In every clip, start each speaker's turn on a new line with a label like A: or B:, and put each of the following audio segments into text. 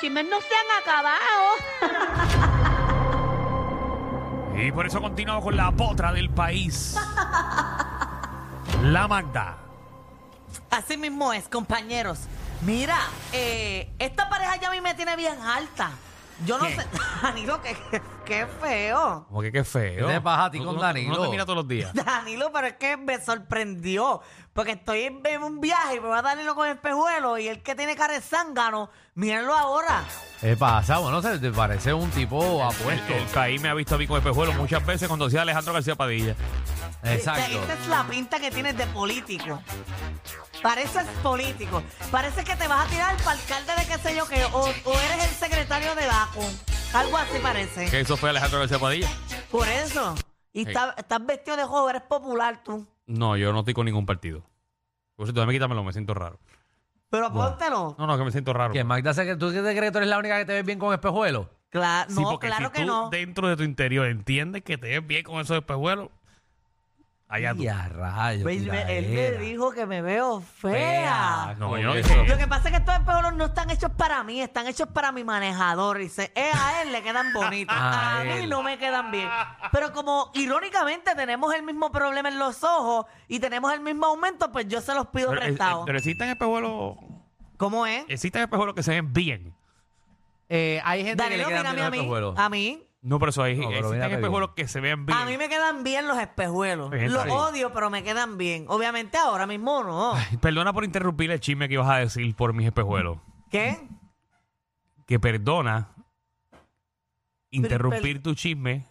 A: chismes no se han acabado.
B: Y por eso continuamos con la potra del país. La Magda.
C: Así mismo es, compañeros. Mira, eh, esta pareja ya a mí me tiene bien alta. Yo no
B: ¿Quién?
C: sé, Danilo, que- que- qué feo.
B: Como que qué feo.
D: ¿Qué te pasa a ti
B: No-
D: con
B: no-
D: Danilo?
B: No te mira todos los días.
C: Danilo, pero es que me sorprendió. Porque estoy en, en un viaje y me va Danilo con el pejuelo y el que tiene cara de zángano, mírenlo ahora.
D: ¿Qué pasa? Bueno, se te parece un tipo
B: El,
D: apuesto.
B: Pues, el país me ha visto a mí con el pejuelo muchas veces cuando decía Alejandro García Padilla.
D: Exacto.
C: Esta es la pinta que tienes de político. Pareces político. Parece que te vas a tirar para alcalde de qué sé yo qué, o, o eres el secretario de DACO. Algo así parece.
B: ¿Qué hizo fue Alejandro García Padilla?
C: Por eso. Y
B: Sí.
C: está- estás vestido de joven, eres popular tú.
B: No, yo no estoy con ningún partido. Por cierto, déjame quitármelo, me siento raro.
C: Pero póntelo.
B: No, no, que me siento raro.
D: Que Magda se ¿tú crees que tú eres la única que te ves bien con espejuelo?
C: Cla-
B: Sí,
C: no,
B: porque
C: claro
B: si
C: que
B: tú
C: no.
B: dentro de tu interior entiendes que te ves bien con esos espejuelos, allá tú.
D: Y a Pues, rayos.
C: Ve- me- Él me
D: tiradera.
C: dijo que me veo
D: Fea.
C: fea.
B: No, yo no
D: Con
B: dije
D: eso.
B: eso.
C: Lo que pasa es que estos espejuelos no están hechos para mí, están hechos para mi manejador. Y se, eh, a él le quedan bonitos.
D: A
C: a mí
D: él.
C: no me quedan bien. Pero como irónicamente tenemos el mismo problema en los ojos y tenemos el mismo aumento, pues yo se los pido
B: Pero, eh, eh,
C: prestados.
B: pero existen espejuelos,
C: ¿Cómo es?
B: existen espejuelos que se ven bien.
D: Eh, hay gente
C: Danilo,
D: que le quedan
C: mírame a
D: bien los
C: mí. Ah.
D: espejuelos.
C: A mí.
B: No, pero eso hay,
D: No, pero mira
B: existen
D: qué
B: espejuelos que se ven bien.
C: A mí me quedan bien los espejuelos.
B: Bien,
C: Los
B: está bien.
C: odio, pero me quedan bien. Obviamente ahora mismo no.
B: Perdona por interrumpir el chisme que ibas a decir por mis espejuelos.
C: ¿Qué?
B: Que perdona interrumpir
C: pero-
B: tu chisme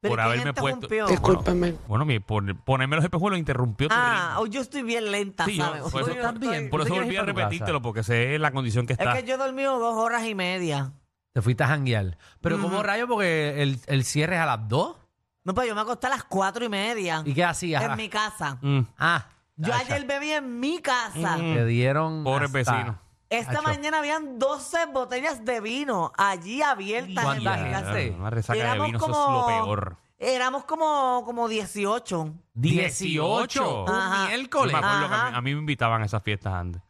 C: ¿Pero
B: por
C: quién
B: haberme puesto.
C: interrumpió?
E: Discúlpame.
B: Bueno, mi, por ponerme los espejuelos interrumpió tu
C: Ah, hoy yo estoy bien lenta,
B: ritmo. Sí, yo-
C: ¿sabes?
B: por
C: Hoy
B: eso,
C: yo
D: estás bien.
B: por
D: ¿Tú te
B: eso
D: quieres
B: volví
D: ir
B: a
D: para tu casa?
B: repetírtelo, porque sé la condición que
C: Es
B: está.
C: que yo he dormido dos horas y media.
D: Te fuiste a janguear. Pero como rayos, porque el, el cierre es a las 2.
C: No, pero yo me acosté a las cuatro y media
D: ¿Y qué hacías?
C: en
D: Ah,
C: mi casa.
B: Mm,
D: Ah,
C: Yo
D: tacha.
C: ayer bebí en mi casa.
B: Mm.
D: Te dieron.
B: Pobres
D: hasta-
B: vecinos.
C: Esta
D: Tacho.
C: mañana habían 12 botellas de vino allí abiertas en mi
D: ¿Cuánta
C: casa.
D: gente?
B: una resaca de vino, eso es lo peor.
C: Éramos como, como 18.
D: 18. Un
C: Ajá.
B: Yo me
D: miércoles.
B: acuerdo que a mí,
C: Ajá.
B: a mí me invitaban a esas fiestas antes.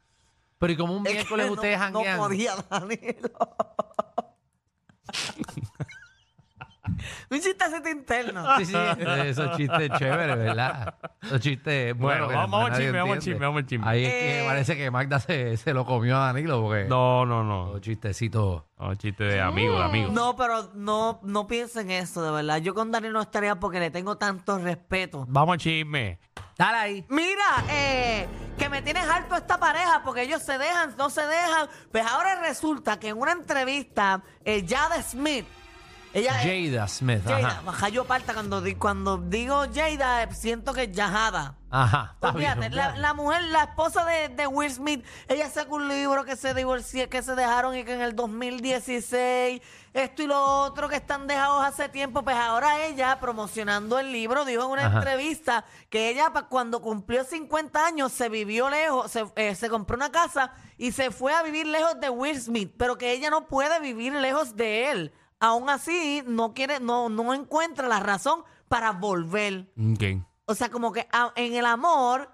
D: Pero ¿y como un
C: Es que
D: miércoles
C: no-
D: ustedes
C: no,
D: janguean?
C: podía, Danilo. Un chistecito interno.
D: Sí, sí, esos chistes chéveres, ¿verdad? Esos chistes
B: Bueno,
D: bueno,
B: vamos al chisme, vamos al chisme, vamos al chisme.
D: Ahí es
C: Eh.
D: que parece que Magda se, se lo comió a Danilo porque
B: No, no, no.
D: los chistecitos.
B: No, chiste de amigo, de amigo.
C: Mm. No, pero no, no piensen eso, de verdad. Yo con Dani no estaría porque le tengo tanto respeto.
B: Vamos al chisme.
D: Dale ahí.
C: Mira, eh, que me tienes harto esta pareja porque ellos se dejan, no se dejan. Pues ahora resulta que en una entrevista, eh, Jada Smith, ella... eh,
D: Jada Smith,
C: Jada,
D: ajá.
C: baja yo parta cuando, di- cuando digo Jada, eh, siento que es Jada.
D: Ajá, está bien,
C: Olvídate,
D: olvídate.
C: la, la mujer, la esposa de, de Will Smith, ella sacó un libro que se divorció, que se dejaron y que en el 2016, esto y lo otro, que están dejados hace tiempo. Pues ahora ella, promocionando el libro, dijo en una
D: Ajá.
C: entrevista que ella, pa- cuando cumplió 50 años, se vivió lejos, se, eh, se compró una casa y se fue a vivir lejos de Will Smith, pero que ella no puede vivir lejos de él. Aún así, no quiere, no, no encuentra la razón para volver.
B: Mm, Ok.
C: O sea, como que a- en el amor,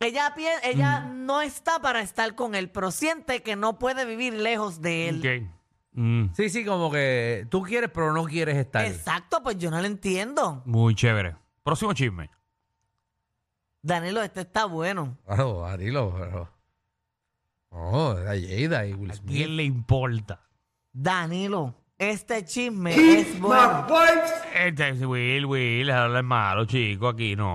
C: ella, pie- ella no está para estar con él, pero siente que no puede vivir lejos de él.
B: Ok. Mm,
D: Sí, sí, como que tú quieres, pero no quieres estar.
C: Exacto, pues yo no lo entiendo.
B: muy chévere. Próximo chisme.
C: Danilo, este está bueno.
D: Claro, Danilo, pero. No, era Jada y Will
B: ¿A
D: Smith.
B: quién le importa?
C: Danilo, este chisme es bueno.
B: Este es Will, Will, ahora es malo, chico, aquí no.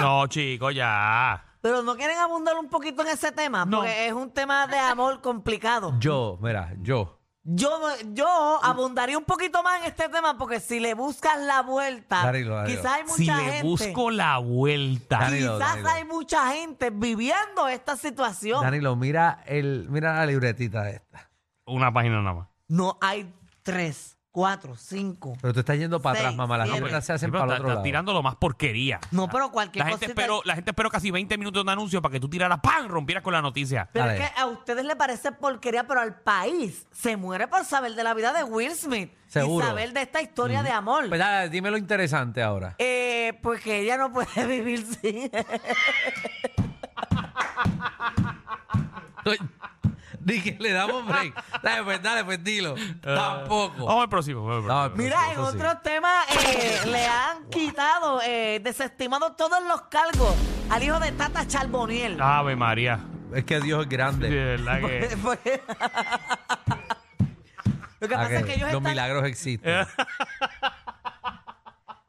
B: No, chico, ya.
C: Pero no quieren abundar un poquito en ese tema,
B: No.
C: porque es un tema de amor complicado.
D: Yo, mira, yo.
C: Yo, yo abundaría un poquito más en este tema, porque si le buscas la vuelta,
D: Danilo, Danilo.
C: quizás hay mucha
B: Si le
C: gente.
B: busco la vuelta.
D: Danilo,
C: Quizás
D: Danilo.
C: hay mucha gente viviendo esta situación.
D: Danilo, mira, el, mira la libretita esta.
B: Una página nada más.
C: No hay tres, cuatro, cinco.
D: Pero tú estás yendo para
C: Seis,
D: atrás, mamá. Las
C: siete.
D: notas se hacen
B: Sí, pero
D: para el
B: está-
D: otro
B: está
D: lado.
B: tirando lo más porquería.
C: No, pero cualquier
B: La gente,
C: cosita-
B: esperó, la gente esperó casi 20 minutos de anuncio para que tú tiraras ¡pam! rompieras con la noticia. Eh,
C: Pero
D: Dale.
C: es que a ustedes les parece porquería, pero al país se muere por saber de la vida de Will Smith.
D: Seguro.
C: Y saber de esta historia de amor.
D: Pues dale, dime lo interesante ahora.
C: Eh, pues que ella no puede vivir sin él.
D: Ni que le damos break. Dale, pues dale, pues dilo. Tampoco.
B: Vamos al próximo. vamos al
D: No,
B: próximo.
C: Mira, en
D: Eso sí.
C: otros temas eh, le han quitado, eh, desestimado todos los cargos al hijo de Tata Charboniel.
B: Ave María.
D: Es que Dios es
B: De
D: grande.
B: verdad que-
C: Pues- Lo que
D: Ah,
C: pasa es que
D: que
C: ellos
D: los
C: están...
D: milagros existen.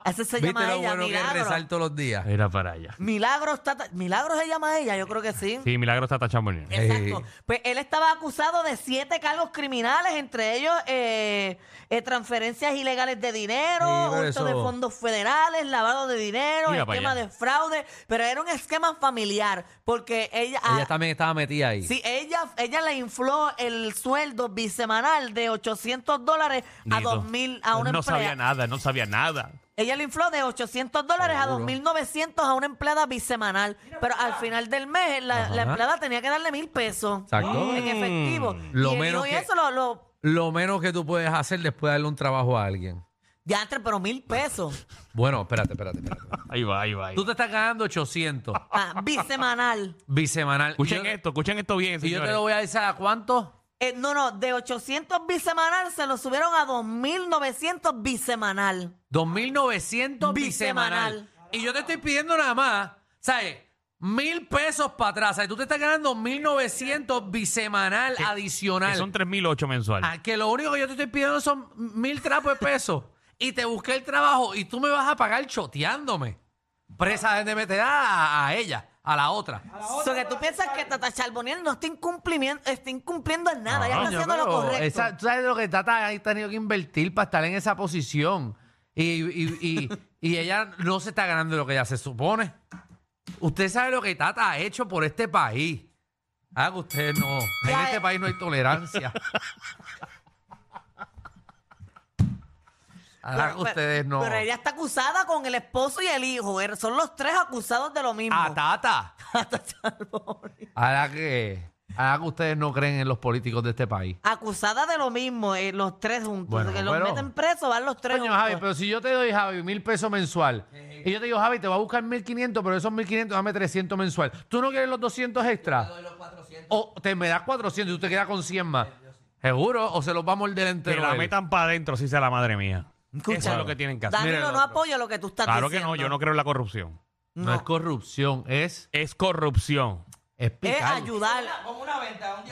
C: Ese se
D: ¿Viste
C: llama
D: lo
C: ella,
D: bueno que es rezar
C: Milagros.
D: todos los días?
B: Era para allá.
C: Milagros, Tata... Milagros se llama ella, yo creo que sí.
B: Sí, Milagro está tachambonero.
C: Exacto.
D: Ey.
C: Pues él estaba acusado de siete cargos criminales, entre ellos eh, eh, transferencias ilegales de dinero,
D: Sí, pero
C: hurto de
D: eso-
C: fondos federales, lavado de dinero,
B: Mira pa'
C: esquema
B: allá.
C: de fraude, pero era un esquema familiar, porque ella...
D: Ella también estaba metida ahí.
C: Ah. Sí, ella, ella le infló el sueldo bisemanal de 800 dólares a
B: Nito.
C: 2.000 a una
B: Pues No sabía
C: empleada.
B: nada, no sabía nada.
C: Ella le infló de 800 dólares a 2.900 a una empleada bisemanal. Pero al final del mes, la,
D: Ajá.
C: la empleada tenía que darle mil pesos
D: Exacto.
C: en efectivo.
D: Lo
C: y él
D: menos
C: dijo, "Y
D: que-
C: eso lo... lo
D: Lo menos que tú puedes hacer después de darle un trabajo a alguien.
C: ya entre, pero mil pesos.
D: Bueno, espérate, espérate, espérate.
B: Ahí va, ahí va. ahí
D: Tú
B: va.
D: te estás ganando 800
C: Ah, bisemanal.
D: bisemanal.
B: Escuchen
D: Y yo-
B: esto, escuchen esto bien,
D: Y yo te lo
B: señores.
D: voy a decir a cuánto.
C: Eh, no, no, de 800 bisemanal se lo subieron a 2.900 bisemanal.
D: 2.900 bisemanal.
C: Bisemanal.
D: Y yo te estoy pidiendo nada más, ¿sabes? Mil pesos para atrás. ¿sabes? Tú te estás ganando 1.900 bisemanal
B: Que
D: adicional.
B: son 3.008 mensuales.
D: Ah, que lo único que yo te estoy pidiendo son mil trapos de pesos. y te busqué el trabajo y tú me vas a pagar choteándome. Presa de MTA a, a ella, a la otra.
C: O sea, que tú piensas que Tata Charboniel no está, incumplimiento, está incumpliendo en nada. ella
D: Coño,
C: está haciendo lo
D: pero
C: correcto.
D: Ah, esa- tú sabes lo que Tata ha tenido que invertir para estar en esa posición. Y, y- y- y ella no se está ganando lo que ella se supone. Usted sabe lo que Tata ha hecho por este país. Ah, que usted no. En
C: Ya,
D: este
C: eh.
D: país no hay tolerancia. Ahora que ustedes no.
C: pero ella está acusada con el esposo y el hijo. Er- Son los tres acusados de lo mismo.
D: A Tata. Ahora que, ahora que ustedes no creen en los políticos de este país.
C: Acusada de lo mismo, eh, los tres juntos.
D: Bueno,
C: que los
D: pero-
C: meten presos, van los tres
D: Coño,
C: juntos.
D: Javi, pero si yo te doy, Javi, mil pesos mensual, y yo te digo, Javi, te voy a buscar 1500, pero esos 1500, dame 300 mensual. ¿Tú no quieres los 200 extra? Te doy los 400. O te me das 400 y tú te quedas con 100 más. Seguro, o se los va a morder
B: Que
D: entero.
B: la
D: él.
B: metan para adentro, si sea la madre mía. Eso es lo que tienen que hacer.
C: Danilo
D: Mira el
C: no
D: otro.
C: apoya lo que tú estás
B: Claro que
C: diciendo.
B: no, yo no creo en la corrupción.
D: no. es corrupción, es,
B: Es corrupción.
C: Es
D: es picar.
C: ayudar.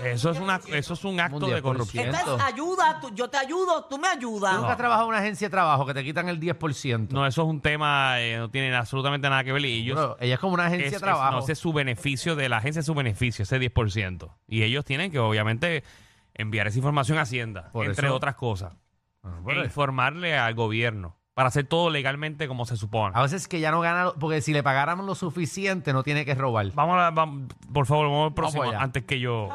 B: Eso es, una, eso es un acto
D: Un
B: de corrupción.
D: 10%.
C: Esta es
D: Siento.
C: ayuda. tú- yo te ayudo, tú me ayudas.
D: ¿Tú nunca has trabajado en una agencia de trabajo que te quitan el 10%?
B: No, eso es un tema, eh, no tiene absolutamente nada que ver. Y ellos,
D: Bro, ella es como una agencia
B: es-
D: de
B: es-
D: trabajo.
B: no, ese es su beneficio de la agencia, es su beneficio, ese 10%. Y ellos tienen que, obviamente, enviar esa información a Hacienda,
D: Por
B: entre
D: eso-
B: otras cosas.
D: Ah,
B: E
D: bueno.
B: informarle al gobierno para hacer todo legalmente como se supone.
D: A veces que ya no gana, lo- porque si le pagáramos lo suficiente, no tiene que robar.
B: Vamos a, vam- por favor, vamos al próximo
D: allá.
B: antes que yo.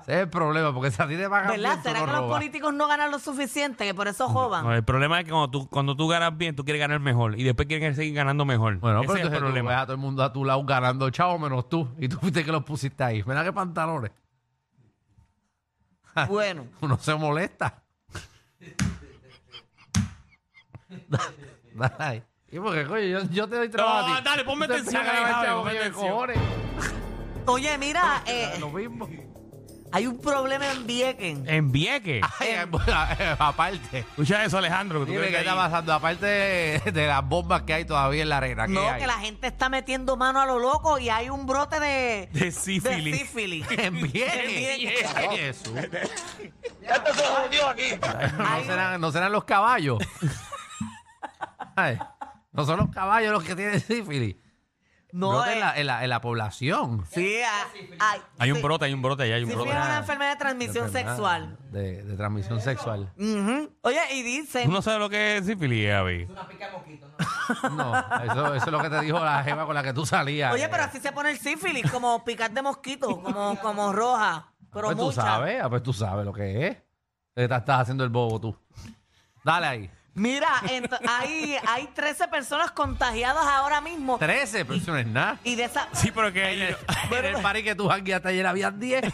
D: Ese es el problema, porque si a ti te pagan
C: ¿Verdad?
D: bien, tú
C: ¿Será
D: no
C: que los
D: robas.
C: políticos no ganan lo suficiente? Que por eso jodan.
B: No, el problema es que cuando tú, cuando tú ganas bien, tú quieres ganar mejor y después quieres seguir ganando mejor.
D: Bueno,
B: Ese
D: pero
B: es el
D: entonces tú ves
B: problema.
D: a todo el mundo a tu lado ganando chavo menos tú. Y tú fuiste que los pusiste ahí. Mira qué pantalones.
C: Bueno.
D: Uno se molesta. Dale ahí. Y porque, coño, yo, yo te doy trabajo a ti.
B: dale, ponme
D: Tú te
B: atención
D: empiezas a
B: ahí,
D: ganar
B: Javi,
D: chavo,
B: ponme
D: coño, de
B: atención.
D: cojones.
C: Oye, mira, eh,
D: Lo mismo.
C: hay un problema en Vieques.
B: En Vieques.
D: Ay, ay, aparte.
B: Escucha eso, Alejandro. Que tú
D: Ah. Dime
B: crees
D: qué
B: que
D: está
B: ahí-
D: pasando. Aparte de, de las bombas que hay todavía en la arena. ¿qué
C: No,
D: hay?
C: que la gente está metiendo mano a lo loco y hay un brote de,
B: De sífilis.
C: de sífilis.
D: En Vieques.
C: Vieques.
D: Ay, Jesús. No serán, no serán los caballos. Ay, no son los caballos los que tienen sífilis.
C: No,
D: Brota
C: eh,
D: en, la, en la- en la población.
C: Sí, ah, ay,
B: Hay un
C: sí.
B: brote, hay un brote, allá hay un
C: Sífilis
B: brote.
C: es una enfermedad de transmisión
D: De enfermedad,
C: sexual.
D: De, de transmisión sexual.
C: Ujú. Oye, y dicen,
B: Tú no sabes lo que es sífilis, Javi.
D: No, eso, eso es lo que te dijo la jeva con la que tú salías.
C: oye, pero
D: Eh,
C: así se pone el sífilis, como picar de mosquito, como, como roja, pero
D: pues tú
C: mucha.
D: sabes, ah, pues tú sabes lo que es. Te ta- estás haciendo el bobo tú. Dale ahí.
C: Mira, ento- hay, hay 13 personas contagiadas ahora mismo.
D: 13 personas, nada.
C: Y de esa...
B: Sí, pero que
D: En el party que tú hasta ayer habían 10.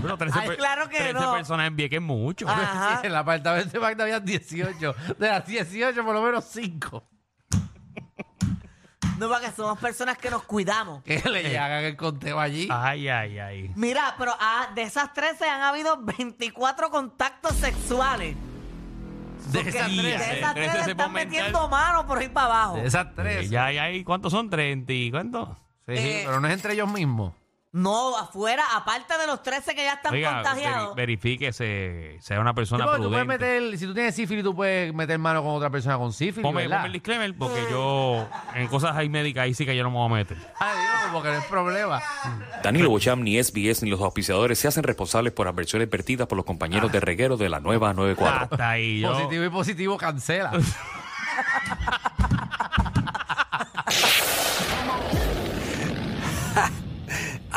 B: Bueno, 13,
C: Ay,
B: per-
C: claro que
B: 13
C: no.
B: personas en Vieques es mucho.
C: Ajá.
D: Sí, en el apartamento de Magda habían 18. De las 18, por lo menos 5.
C: No, porque somos personas que nos cuidamos.
D: Que
B: Eh.
D: le hagan el conteo allí.
B: Ay, ay, ay.
C: Mira, pero ah, de esas 13 han habido 24 contactos sexuales.
D: de
C: Porque
D: esas
B: sí,
C: de
D: tres.
B: eh.
C: esas
B: 13
C: tres
B: se
C: le están
B: pueden mentar.
C: metiendo mano por ahí para abajo.
D: De esas tres.
B: Ya, ya, ¿y ¿cuántos son? ¿30 y cuántos?
D: Sí, sí,
C: Eh,
D: pero no es entre ellos mismos.
C: No, afuera, aparte de los 13 que ya están contagiados.
B: verifíquese, sea una
D: Sí,
B: persona
D: porque tú puedes
B: prudente.
D: meter, si tú tienes sífilis, tú puedes meter mano con otra persona con sífilis,
B: Ponme,
D: ¿verdad?
B: ponme el disclaimer porque yo en cosas ahí médicas ahí sí que yo no me voy a meter.
D: Ay, Dios, Ah, porque no es problema.
E: Danilo Bocham, ni SBS, ni los auspiciadores se hacen responsables por adversiones vertidas por los compañeros de reguero de la nueva 94.
B: Hasta ahí yo.
D: Positivo y positivo cancela.